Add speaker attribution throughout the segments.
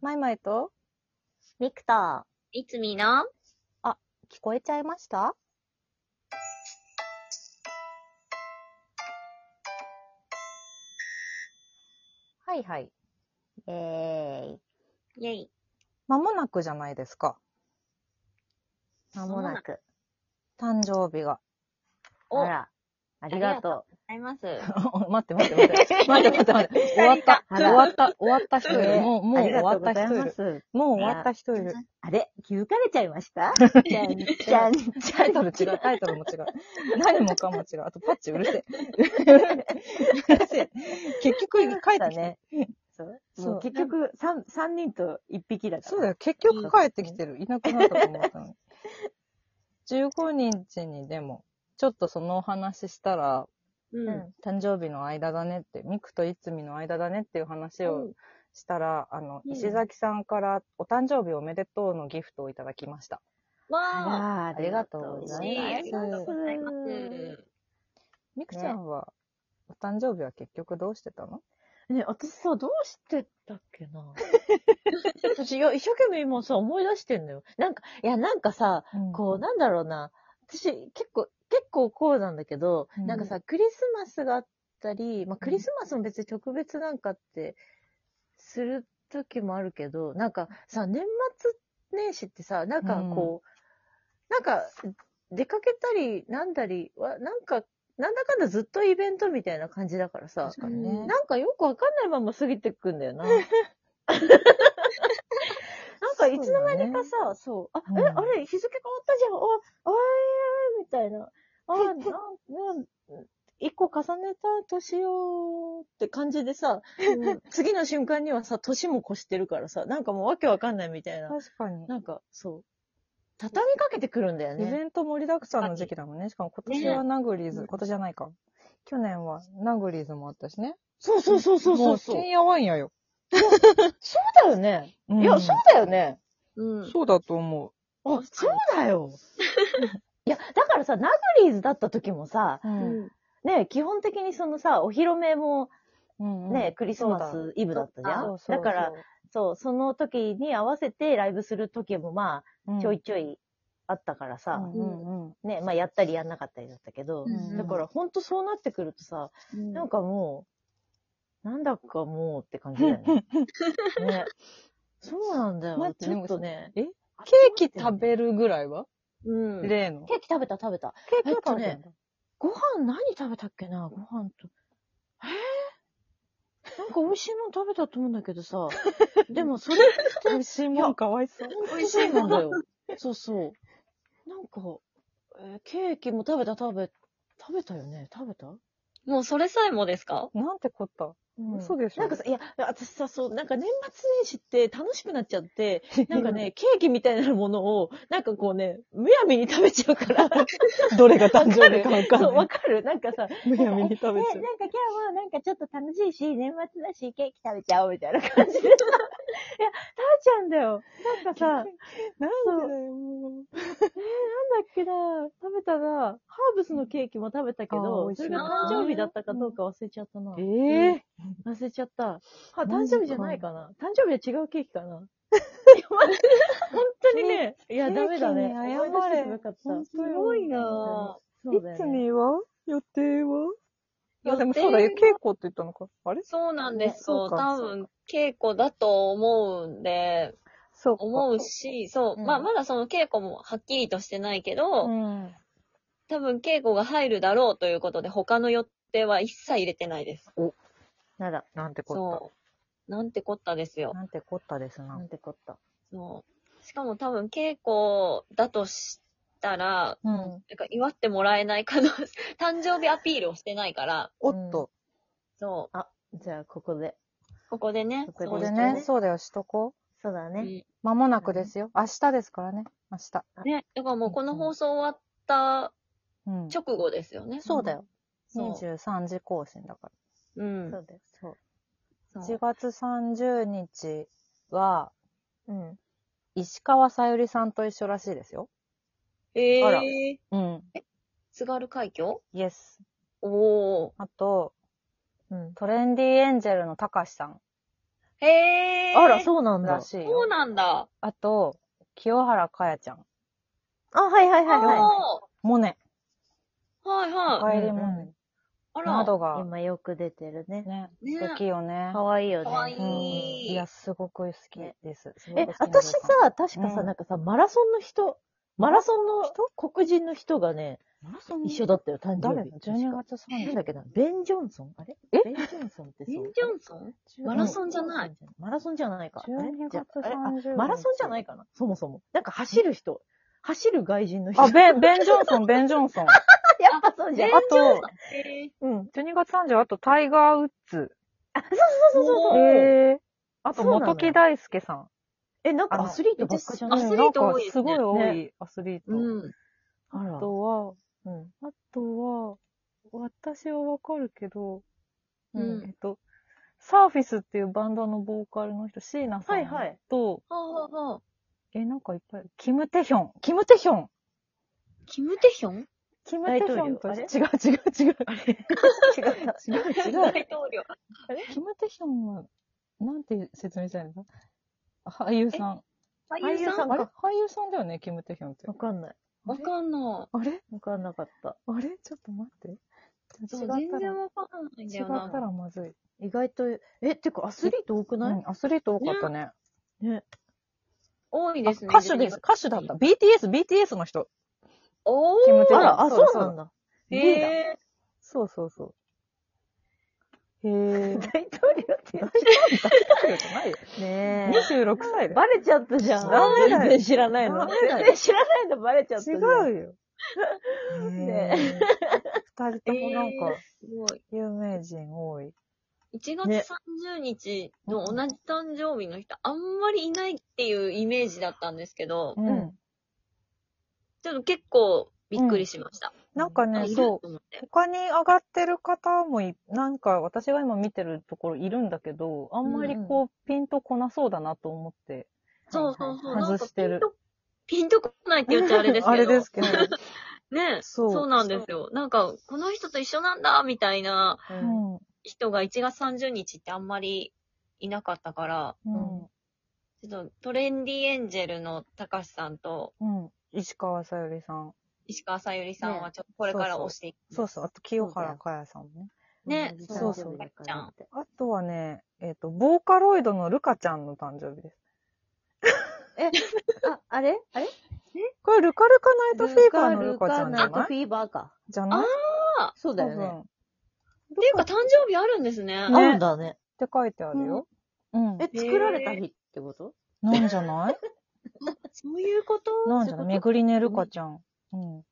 Speaker 1: マイマイと
Speaker 2: ビクタ
Speaker 3: いつみの
Speaker 1: 聞こえちゃいましたはいはい。
Speaker 2: ー。えーイ。
Speaker 3: イェイ。
Speaker 1: まもなくじゃないですか。
Speaker 2: まもなく。
Speaker 1: 誕生日が。
Speaker 3: お
Speaker 2: あら。ありがと
Speaker 3: あります。
Speaker 1: 待って待って待って。待って待って待って。終わった。
Speaker 2: あ
Speaker 1: 終
Speaker 2: ら
Speaker 1: わった。終わった人い
Speaker 2: え
Speaker 1: る。
Speaker 2: ー
Speaker 1: もう、
Speaker 2: う。
Speaker 1: もう
Speaker 2: あり
Speaker 1: 終
Speaker 2: が
Speaker 1: わ
Speaker 2: とうご
Speaker 1: った
Speaker 2: ざい
Speaker 1: 人い
Speaker 2: ま
Speaker 1: る。
Speaker 2: す。
Speaker 1: もう終わった人いる。
Speaker 2: あれ気づかれちゃいましたじゃんじ
Speaker 1: じゃ
Speaker 2: ゃ
Speaker 1: ん
Speaker 2: ん。
Speaker 1: タイトル違 う、タイトルも違う。何もかも違う。あと、パッチうるせえ。うるせえ。結局、帰ってきた。
Speaker 2: ね。そう。も
Speaker 1: そうう
Speaker 2: 結局、三、三人と一匹だから。
Speaker 1: そうだよ。結局帰ってきてる。いなくなったと思ったのに。15日にでも、ちょっとそのお話ししたら、
Speaker 3: うん
Speaker 2: う。
Speaker 3: うん
Speaker 1: 誕生日の間だねって、ミクといつみの間だねっていう話をしたら、あの、
Speaker 3: うん
Speaker 1: 石崎さんからお誕生日おめでとうのギフトをいただきました。
Speaker 3: わ
Speaker 2: あ
Speaker 3: あ。
Speaker 2: ら、ありがとうござい
Speaker 3: 嬉しい
Speaker 2: ま
Speaker 3: あ
Speaker 2: す
Speaker 3: りがとうございます。
Speaker 1: ミクちゃんは、お誕生日は結局どうしてたの
Speaker 4: ね、私さ、どうしてたっけな私、いや、一生懸命今さ、思い出してんのよ。なんか、いや、なんかさ、こう、なんだろうな。私、結構、結構こうなんだけど、
Speaker 1: うん
Speaker 4: なんかさ、クリスマスがあったり、まあ、クリスマスも別に特別なんかって、する時もあるけど、なんかさ、年末年始ってさ、なんかこう、なんか、出かけたり、なんだりは、なんか、なんだかんだずっとイベントみたいな感じだからさ、
Speaker 1: 確かにね。
Speaker 4: なんかよくわかんないまま過ぎてくんだよな。なんかいつの間にかさ、そう、あ、え、
Speaker 1: うん
Speaker 4: あれ、日付変わったじゃん、あ、あーいみたいな。あ、な、な、一個重ねた年をって感じでさ、次の瞬間にはさ、年も越してるからさ、なんかもうわけわかんないみたいな。
Speaker 1: 確かに。
Speaker 4: なんか、そう。畳みかけてくるんだよ
Speaker 1: イ
Speaker 4: ね。
Speaker 1: ベント盛りだくさんの時期だもんね。しかも今年はナグリーズ、今年じゃないか。去年はナグリーズもあったしね。
Speaker 4: そうそうそうそうそう。そう
Speaker 1: もう、てんやわんやよ。
Speaker 4: だよね。いや、そうだよね。
Speaker 3: うん。
Speaker 1: そうだと思
Speaker 4: あ、そうだ よ。いや、だからさ、ナグリーズだった時もさ、
Speaker 1: う。
Speaker 3: う
Speaker 1: うん
Speaker 3: ん。
Speaker 4: ね、基本的にそのさ、お披露目も
Speaker 1: うん
Speaker 4: ね、、クリスマスイブだったじ
Speaker 1: そ
Speaker 4: ゃん
Speaker 1: うそう
Speaker 4: だから、、そう、その時に合わせてライブする時もま
Speaker 1: うん
Speaker 4: あ、ちょいちょいあったから
Speaker 1: う
Speaker 4: さ
Speaker 1: ん、うんうん
Speaker 4: ね、まあやったりやんなかったりだったけど
Speaker 3: う、ん
Speaker 4: だからほんとそうなってくるとさ、なんかもう、なんだかもうって感じだよ ね。ね。そうなんだ
Speaker 1: 待っ
Speaker 4: よ。
Speaker 1: て
Speaker 4: ちょっとね。
Speaker 1: でもケーキ食べるぐらいは
Speaker 3: うん。
Speaker 1: 例の。
Speaker 4: ケーキ食べた食べた。
Speaker 1: ケ
Speaker 4: ーキは食べ
Speaker 1: て
Speaker 4: て
Speaker 1: ん
Speaker 4: ん
Speaker 1: だ。
Speaker 4: ご飯何食べたっけなご飯と。えー、なんか美味しいもん食べたと思うんだけど さ。でもそれって
Speaker 1: 美味しいもんかわいそう。
Speaker 4: 美味しいもんだよ。 そうそう。なんか、えーケーキも食べた食べ、食べたよね食べた、
Speaker 3: もうそれさえもですか
Speaker 1: なんてこった。
Speaker 4: うん
Speaker 1: 嘘でしょ
Speaker 4: なんかさ、いや、私さ、そう、なんか年末年始って楽しくなっちゃ って、なんかね、ケーキみたいなものを、なんかこうね、むやみに食べちゃうから、
Speaker 1: どれが誕生日かわか
Speaker 4: そうん
Speaker 1: な
Speaker 4: わ
Speaker 1: い。
Speaker 4: かるなんかさ、
Speaker 1: むやみに食べ
Speaker 2: え、
Speaker 1: ち
Speaker 2: なん
Speaker 1: ゃ
Speaker 2: か今
Speaker 1: う。
Speaker 2: 日もなんかちょっと楽しいし、年末だし、ケーキ食べちゃおうみたいな感 じでさ、いや、食べちゃうんだよ。なんか さ、なんだっ
Speaker 1: なんでだよ、もう。
Speaker 4: けな食べたな。ハーブスのケーキも食べたけ
Speaker 1: あー美
Speaker 4: ど、
Speaker 1: 味し
Speaker 4: そ
Speaker 1: い
Speaker 4: れ
Speaker 1: な
Speaker 4: が誕生日だったかどうか忘れちゃったな。
Speaker 1: ええ。
Speaker 4: 忘れちゃった。あ、
Speaker 1: マ
Speaker 4: 誕
Speaker 1: ジか
Speaker 4: 生日じゃないかな。誕生日は違うケーキかな。いや、待って本当にね。 いや、ダメだね。
Speaker 1: ケーキに謝れ
Speaker 4: 思い出してよかった。
Speaker 1: 本当よ
Speaker 3: な
Speaker 4: そうだよね。
Speaker 1: は予定は
Speaker 3: 予定は
Speaker 1: あでもそうだよ、稽古って言ったのか。あれ
Speaker 3: そうなんです
Speaker 1: そう
Speaker 3: よ。
Speaker 1: か
Speaker 3: 多分、稽古だと思うんで、
Speaker 1: そうか。
Speaker 3: 思うし、そう。
Speaker 4: うん
Speaker 3: まあ、まだその稽古もはっきりとしてないけど、
Speaker 1: ん。
Speaker 3: 多分稽古が入るだろうということで、他の予定は一切入れてないです。
Speaker 4: なら、
Speaker 1: なんてこ
Speaker 3: そう。なんてこったです
Speaker 1: った。
Speaker 3: よ。
Speaker 1: なんてこったですな
Speaker 4: な。んてこった。
Speaker 3: そう。しかも多分稽古だとしたら、
Speaker 1: うん。
Speaker 3: なんか祝ってもらえない可能性、 誕生日アピールをしてないから、
Speaker 1: おっと。
Speaker 3: そ
Speaker 4: じゃあ、ここで。
Speaker 3: う、ここでね。
Speaker 4: こ
Speaker 1: ここ
Speaker 4: こ
Speaker 1: で
Speaker 4: で
Speaker 1: ね、
Speaker 4: ね
Speaker 1: そうだよ、しとこ
Speaker 4: そうだ
Speaker 3: そう
Speaker 4: ね。
Speaker 3: ね。
Speaker 1: う。間もなくですよ。明日ですからね、明日。
Speaker 3: ね、だからもうこの放送終わった
Speaker 1: うん。
Speaker 3: 直後ですよね。
Speaker 1: そうだよ。
Speaker 3: そう。
Speaker 1: 23時更新だか
Speaker 3: うん
Speaker 4: そ。うだよ。そう。
Speaker 3: そ
Speaker 1: ら。1
Speaker 3: う
Speaker 1: 月30日は、
Speaker 4: うん。
Speaker 1: 石川さゆりさんと一緒らしいですよ。
Speaker 3: え
Speaker 1: あら
Speaker 3: ー、
Speaker 1: うん。
Speaker 3: 津軽海峡
Speaker 1: イエス。
Speaker 3: お
Speaker 1: あと、
Speaker 4: うん。
Speaker 1: トレンディエンジェルのたかしさん。
Speaker 3: ー。へ
Speaker 4: へー
Speaker 5: あら、そうなんだ
Speaker 1: ら。しい
Speaker 3: そう
Speaker 1: よ。
Speaker 3: なんだ。
Speaker 1: あと、清原かやちゃん。
Speaker 4: あ、はいはいはいは
Speaker 3: お
Speaker 1: モネ。
Speaker 3: ーはい
Speaker 1: お
Speaker 3: はい。
Speaker 1: かえりモ
Speaker 4: うんう
Speaker 1: ネ。
Speaker 3: あら。
Speaker 1: など
Speaker 4: い。
Speaker 1: が、
Speaker 4: 今よく出てるね。
Speaker 1: ね、
Speaker 3: ね
Speaker 1: 素敵よね。
Speaker 4: かわいいよ
Speaker 3: か
Speaker 4: ね。
Speaker 3: わい
Speaker 1: うん
Speaker 3: い
Speaker 1: いや、すごく好きです。すご
Speaker 4: え
Speaker 1: く好き、な
Speaker 4: 私
Speaker 1: 旅館
Speaker 4: さ、確かさ、
Speaker 1: うん
Speaker 4: なんかさ、マラソンの人、マラソンの黒人の人がね、一緒だったよ、誕生
Speaker 1: 誰
Speaker 4: 日。
Speaker 1: だ ?12
Speaker 4: 確か
Speaker 1: 月
Speaker 4: なん
Speaker 1: 30
Speaker 4: だっけな、ベン・ジョンソンあれ
Speaker 1: え
Speaker 4: ベン・ジョンソンって
Speaker 3: ジ
Speaker 4: そう
Speaker 3: ン・ジョンソンマラソンじゃない。
Speaker 4: マラソンじゃないか。あれ
Speaker 1: 12
Speaker 4: じゃ
Speaker 1: 月
Speaker 4: ああれあ
Speaker 1: 30
Speaker 4: マラソンじゃないかな、そもそも。なんか走る人。走る外人の人。
Speaker 1: あ、ベン、ベン・ジョンソン、ベン・ジョン ソン。あ
Speaker 4: やっぱそうじゃん。
Speaker 1: と、
Speaker 3: え
Speaker 4: うん。
Speaker 1: 12月30、あと、タイガー・ウッズ。
Speaker 4: あ、そうそうそうそうそう。
Speaker 1: えー。あと、
Speaker 4: そうなのよ
Speaker 1: 元木大輔さん。
Speaker 4: え、なん
Speaker 1: あ
Speaker 4: か
Speaker 1: の
Speaker 4: アスリートばっかじゃ
Speaker 3: ア
Speaker 4: ない
Speaker 3: スリ
Speaker 1: な
Speaker 3: ー
Speaker 1: ん
Speaker 3: ト
Speaker 1: か
Speaker 3: 多いです
Speaker 1: す
Speaker 3: ね
Speaker 1: ごい多い、アスリート。
Speaker 3: うん。
Speaker 4: あ
Speaker 1: あ
Speaker 4: ら。
Speaker 1: とは、
Speaker 4: うん。
Speaker 1: あとは、私はわかるけど、え
Speaker 3: うん。
Speaker 1: っと、サーフィスっていうバンドのボーカルの人、シーナさんと、
Speaker 4: はいはい
Speaker 3: はあはあはあ。
Speaker 1: え、なんかいっぱい、キム・テヒョン。キム・テヒョン
Speaker 3: キム・テヒョン
Speaker 1: キム・テヒョンと、
Speaker 4: 大
Speaker 1: 違う
Speaker 4: 統
Speaker 1: 違う違う。
Speaker 4: 違った。
Speaker 1: 違う違う。
Speaker 3: 大統領。
Speaker 1: キム・テヒョンは、なんて説明したらいいの俳優さん。
Speaker 3: 俳優さん
Speaker 4: 俳優さん
Speaker 1: あれ
Speaker 4: か
Speaker 1: 俳優さんだよね、キム・テヒョンって
Speaker 4: わ。かんない。
Speaker 3: わかんな
Speaker 1: あれ
Speaker 4: わかんなかった。
Speaker 1: あれちょっと待って。
Speaker 3: い。そう、
Speaker 1: 違ったら
Speaker 3: 全然わかんないんだ
Speaker 1: 違
Speaker 3: よ
Speaker 1: った
Speaker 3: な。
Speaker 1: らまずい。
Speaker 4: 意外と、え、てかアスリート多く
Speaker 1: う
Speaker 4: ない、
Speaker 1: ん、アスリート多かったね。
Speaker 3: 多い
Speaker 1: あ
Speaker 3: ですね。
Speaker 1: 歌手です。歌手だった。BTS、BTS の人。
Speaker 3: お
Speaker 1: キム・
Speaker 3: ー。
Speaker 1: テヒョン。
Speaker 4: あら、あ、そうなん
Speaker 1: だ。
Speaker 4: だ。え
Speaker 3: へ
Speaker 1: そうそうそう。へぇー。
Speaker 4: 大統領って言っ
Speaker 1: ないよ。
Speaker 4: てねえ。
Speaker 1: 26歳だよ。
Speaker 4: バレちゃったじゃん。
Speaker 1: ダメだよ
Speaker 4: 全然知らないの。
Speaker 1: ダメだ
Speaker 4: 全
Speaker 1: よ
Speaker 4: 然知らないのバレちゃったじ
Speaker 1: 違
Speaker 4: ゃん。
Speaker 1: うよ。
Speaker 4: ね
Speaker 1: ねえ。二人ともなん
Speaker 3: え
Speaker 1: か
Speaker 3: ー、すごい。
Speaker 1: 有名人多い。
Speaker 3: 1
Speaker 4: ね
Speaker 3: 月30日の同じ誕生日の人、あんまりいないっていうイメージだったんですけど、
Speaker 1: うんん。
Speaker 3: ちょっと結構びっくりしました。
Speaker 1: なんか
Speaker 3: あ
Speaker 1: ね、
Speaker 3: いる
Speaker 1: そう
Speaker 3: と。思って。
Speaker 1: 他に上がってる方もい、なんか私が今見てるところいるんだけど、あんまりこう、ピンとこなそうだなと思って。
Speaker 3: そうそうそう。
Speaker 1: 外してる
Speaker 3: なんかピンと。ピンとこないって言っちゃあれですけど。
Speaker 1: あれですけど。
Speaker 3: ね
Speaker 1: そう
Speaker 3: そうなんですよ。なんか、この人と一緒なんだ、みたいな
Speaker 1: う
Speaker 4: うん
Speaker 1: ん。
Speaker 3: 人が1月30日ってあんまりいなかったから、
Speaker 1: うん。
Speaker 3: ちょっとトレンディエンジェルの高橋さんと
Speaker 1: うん。石川さゆりさん。
Speaker 3: 石川さゆりさんは
Speaker 4: ね
Speaker 3: ちょっとこれから推していく。
Speaker 1: そうそう。あと、清原かやさんね。
Speaker 3: ね
Speaker 4: 同じ
Speaker 1: そう
Speaker 4: 誕
Speaker 1: そう
Speaker 4: 生日だからって。
Speaker 1: あとはね、えっ、と、ボーカロイドのルカちゃんの誕生日です。
Speaker 4: え、あ、あれあれ
Speaker 1: これ、ルカルカナイトフィーバーのルカちゃんじ
Speaker 4: ナ
Speaker 1: ゃ
Speaker 4: イト
Speaker 1: ない
Speaker 4: フィーバーか。
Speaker 1: じゃない
Speaker 4: そうだ
Speaker 1: 多
Speaker 4: よね。
Speaker 1: 分。っ
Speaker 3: っていうか、誕生日あるんですね。
Speaker 1: ね
Speaker 4: あるんだね。
Speaker 1: て書いてあるよ。うん。
Speaker 4: え、作られた日ってこと
Speaker 1: なんじゃない
Speaker 3: そういうこと
Speaker 1: なんじゃないめぐりねルカちゃん。うん。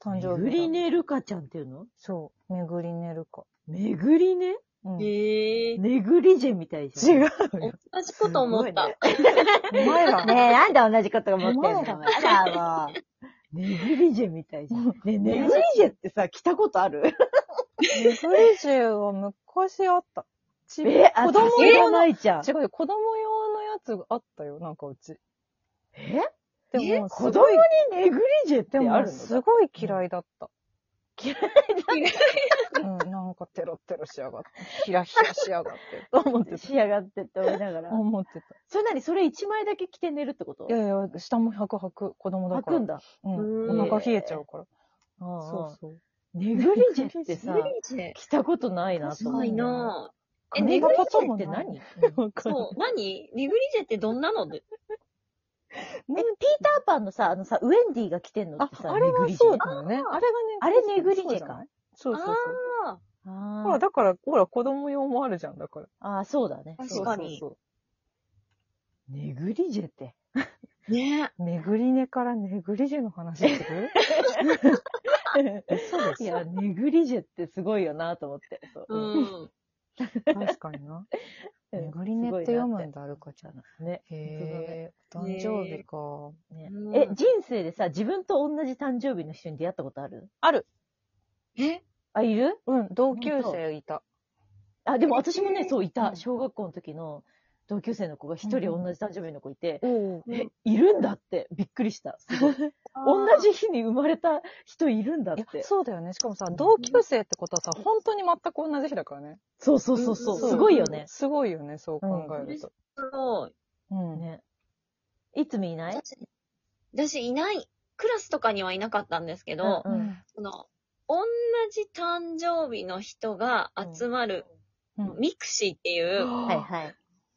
Speaker 1: 誕生日だ
Speaker 4: めぐりねルカちゃんっていうの
Speaker 1: そう。めぐりねルカ。
Speaker 4: めぐりね
Speaker 1: うん。
Speaker 3: へえー。
Speaker 4: めぐりジェみたいじゃん。
Speaker 1: 違う。
Speaker 3: 同じこと思った。
Speaker 1: お前ら。
Speaker 4: ねえ、なんで同じことが思ってん
Speaker 1: お前ら
Speaker 4: のあらもう。 ネグリジェみたいじゃん。ねえ、ネグリジェってさ、着たことある
Speaker 1: めぐりジェは昔あった。ち違う
Speaker 4: え、あ、
Speaker 1: 子供
Speaker 4: さすがないじゃん。
Speaker 1: よ。子供用のやつがあったよ。なんかうち。
Speaker 4: え
Speaker 1: で
Speaker 3: え
Speaker 1: も、
Speaker 4: 子
Speaker 1: す
Speaker 4: 供
Speaker 1: ごい
Speaker 4: に、ネグリジェって
Speaker 1: で
Speaker 4: あ
Speaker 1: も、
Speaker 4: るの
Speaker 1: すごい嫌いだった。うん、なんかテロテロしやがって、ひらひらしやがって、と 思って
Speaker 4: 仕上がってって思いながら
Speaker 1: た。。思ってた。
Speaker 4: それなにそれ一枚だけ着て寝るってこと
Speaker 1: いやいや、下も白白、子供だ
Speaker 4: 履
Speaker 1: から。
Speaker 4: くんだ。
Speaker 1: うん。
Speaker 3: うん
Speaker 1: お腹冷えちゃうから。
Speaker 4: そ
Speaker 1: そうそう。
Speaker 4: う。ネグリジェってさ、
Speaker 3: ね
Speaker 4: 着たことないなと思
Speaker 3: な
Speaker 4: う。
Speaker 3: いなぁ。え、
Speaker 1: 髪
Speaker 3: ネ
Speaker 4: ネ
Speaker 3: グ
Speaker 4: グ
Speaker 1: が
Speaker 3: リ
Speaker 4: リ
Speaker 1: パター
Speaker 4: ジ
Speaker 1: ン
Speaker 4: ェ
Speaker 1: も
Speaker 4: って
Speaker 1: ない
Speaker 4: 何
Speaker 1: わかんない
Speaker 3: そう、何ネグリジェってどんなので
Speaker 4: え、ピーターパンのさ、あのさ、ウェンディが着てんのっ
Speaker 1: あ
Speaker 4: て、さ、
Speaker 1: あれ
Speaker 4: ネグ
Speaker 1: が
Speaker 4: リジェ
Speaker 1: そうだよね。あれがね、
Speaker 4: あれネグリジェか
Speaker 1: そうじゃないそうそうそう。
Speaker 3: あ
Speaker 4: あ
Speaker 1: ほら、
Speaker 4: ー
Speaker 1: だから、ほら、子供用もあるじゃん、だから。
Speaker 4: あー、そうだね。
Speaker 3: 確かに
Speaker 1: そうそう
Speaker 4: ネグリジェって。
Speaker 3: ーね
Speaker 1: そう。めぐりねからねぐりじの話するそうで
Speaker 4: い
Speaker 1: す。
Speaker 4: や、ネグリジェってすごいよなと思って。そうう。
Speaker 3: ん。
Speaker 1: 確かにな。
Speaker 4: うん
Speaker 1: めぐりねって読むんだ、ルカちゃん。
Speaker 4: ね。
Speaker 1: へえ、
Speaker 3: 本当
Speaker 1: 誕
Speaker 3: だね
Speaker 1: 生日か。
Speaker 4: ね
Speaker 3: うん
Speaker 4: え、人生でさ、自分と同じ誕生日の人に出会ったことある
Speaker 1: ある。
Speaker 3: え
Speaker 4: あ、いる
Speaker 1: うん、同級生いた。
Speaker 4: あ、でも私
Speaker 3: え
Speaker 4: も
Speaker 3: ー
Speaker 4: ね、そうい
Speaker 1: うん
Speaker 4: た。小学校の時の同級生の子が一人
Speaker 1: うん
Speaker 4: 同じ誕生日の子いて、
Speaker 3: お
Speaker 2: うん
Speaker 4: え、いるんだって、びっくりした。す ごい同じ日に生まれた人いるんだっ
Speaker 1: いや
Speaker 4: て。
Speaker 1: そうだよね。しかもさ、同級生ってことはさ、本当に全く同じ日だからね。
Speaker 4: そうそうそうそう、
Speaker 3: うん
Speaker 4: すごいよね。
Speaker 1: すごいよね、そう考えると。
Speaker 3: すごい。
Speaker 1: うん。
Speaker 4: ね。いつもいない
Speaker 3: 私私いない、クラスとかにはいなかったんですけど、
Speaker 4: うんうん
Speaker 3: その、同じ誕生日の人が集まる、
Speaker 1: うん
Speaker 3: ミクシーっていう、
Speaker 4: はいはい。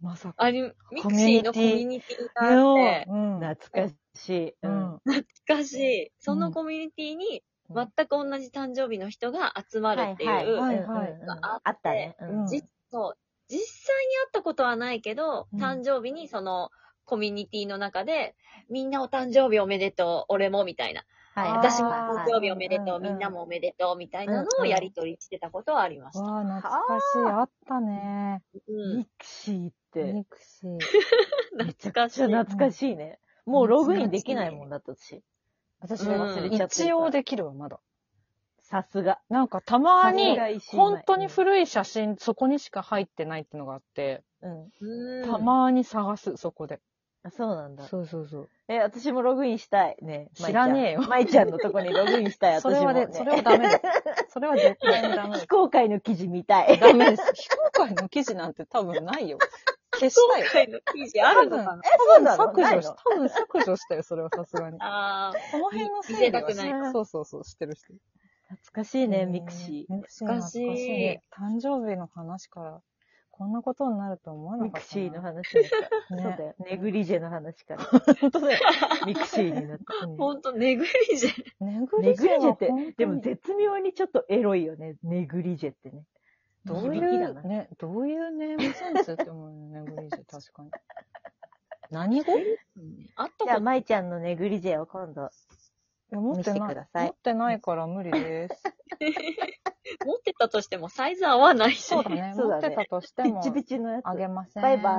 Speaker 1: まさか。
Speaker 3: あれ、ミクシーの
Speaker 4: コ
Speaker 3: コミ
Speaker 4: ミュ
Speaker 3: ュ
Speaker 4: ニ
Speaker 3: ニティがあって、
Speaker 1: うん
Speaker 4: 懐かしい。
Speaker 1: う
Speaker 4: うん
Speaker 1: ん。
Speaker 3: しかし、そのコミュニティに、
Speaker 1: うん
Speaker 3: 全く同じ誕生日の人が集まるっていう、
Speaker 4: はいはい
Speaker 1: うん
Speaker 4: はいうんあったね。うん
Speaker 1: うん
Speaker 3: じそう実際に会ったことはないけど、
Speaker 1: うん
Speaker 3: 誕生日にそのコミュニティの中で、みんなお誕生日おめでとう、俺もみたいな。
Speaker 4: はい
Speaker 1: あー
Speaker 3: 私もお
Speaker 1: はい
Speaker 3: 誕生日おめでとう、
Speaker 4: うんうん
Speaker 3: みんなもおめでとうみたいなのをやりとりしてたことはありました。
Speaker 1: わあ、懐かしい。あったね。
Speaker 3: うん
Speaker 4: ミクシーって、
Speaker 1: ミクシー。
Speaker 4: めち
Speaker 3: 懐
Speaker 4: ゃく
Speaker 3: か
Speaker 4: ち
Speaker 3: し
Speaker 4: ゃ
Speaker 3: い。
Speaker 4: 懐かしいね。もうログインできないもんだった私。
Speaker 1: 私
Speaker 3: うん
Speaker 1: 忘れちゃってるから一応できるわ、まだ。
Speaker 4: さすが。
Speaker 1: なんかたまに、本当に
Speaker 4: 古
Speaker 1: 古い写真、そこにしか入ってないってのがあって、
Speaker 4: うん。
Speaker 3: うん
Speaker 1: たまに探す、そこで。
Speaker 4: あ、そうなんだ。
Speaker 1: そうそうそう。
Speaker 4: え、私もログインしたい。ね。
Speaker 1: 知らねえよ
Speaker 4: まいちゃんのとこにログインしたい、私
Speaker 1: そ
Speaker 4: も、ね。
Speaker 1: れはね、それはダメ だ。それは絶対にダメだ
Speaker 4: 非。公開の記事見たい。
Speaker 1: ダメです。非公開の記事なんて多分ないよ。消したよ
Speaker 3: 今。回の記事あ
Speaker 1: 多
Speaker 3: る
Speaker 1: 分、多
Speaker 3: のかな
Speaker 1: 分
Speaker 4: なの
Speaker 1: 削
Speaker 4: な
Speaker 1: 除
Speaker 4: いの
Speaker 1: した。多分削除したよ、それはさすが に。
Speaker 3: あー
Speaker 1: この辺の整理は
Speaker 3: 見せたく
Speaker 4: ない
Speaker 1: そうそうそう、してるしてる。
Speaker 4: 懐かしいね、ミクシ
Speaker 1: ー。ミクシー
Speaker 3: 懐
Speaker 1: 懐
Speaker 3: か
Speaker 1: か
Speaker 3: し
Speaker 1: し
Speaker 3: い
Speaker 1: い。誕生日の話から、こんなことになると思わ
Speaker 4: ー。
Speaker 1: な
Speaker 4: ミ
Speaker 1: かっ
Speaker 4: ク
Speaker 1: たな。
Speaker 4: シーの話から。そうだよ。ネグリジェの話から。 本当だよ。ミクシーになった。
Speaker 3: ほんと、ネグリジェ。
Speaker 1: ネグ
Speaker 4: ネ
Speaker 1: リ
Speaker 4: グ
Speaker 1: ジ
Speaker 4: リ
Speaker 1: ェ
Speaker 4: ジェ
Speaker 1: は
Speaker 4: って
Speaker 1: 本、
Speaker 4: で
Speaker 1: 当に
Speaker 4: も絶妙にちょっとエロいよね。ネグリジェってね。
Speaker 1: どうい
Speaker 4: 響きだな
Speaker 1: う、ね、どういうネームセンスって思うよね、ネグリジェ、確 かに。何語い
Speaker 3: あっ
Speaker 4: じゃ
Speaker 3: た
Speaker 4: あ、
Speaker 3: こ
Speaker 4: まいちゃんのネグリジェを今度。
Speaker 1: や持って
Speaker 4: 見
Speaker 1: な
Speaker 4: せてく
Speaker 1: い
Speaker 4: だ。さい
Speaker 1: 持ってないから無理です。
Speaker 3: と、持ってたとしてもサイズ合わないし。
Speaker 1: そうだね。
Speaker 4: そう
Speaker 1: 持
Speaker 4: だ
Speaker 1: っ
Speaker 4: ね
Speaker 1: てたとして
Speaker 4: ピ
Speaker 1: も
Speaker 4: ッ、チピチのやつ。
Speaker 1: あげません。
Speaker 4: バイバイ。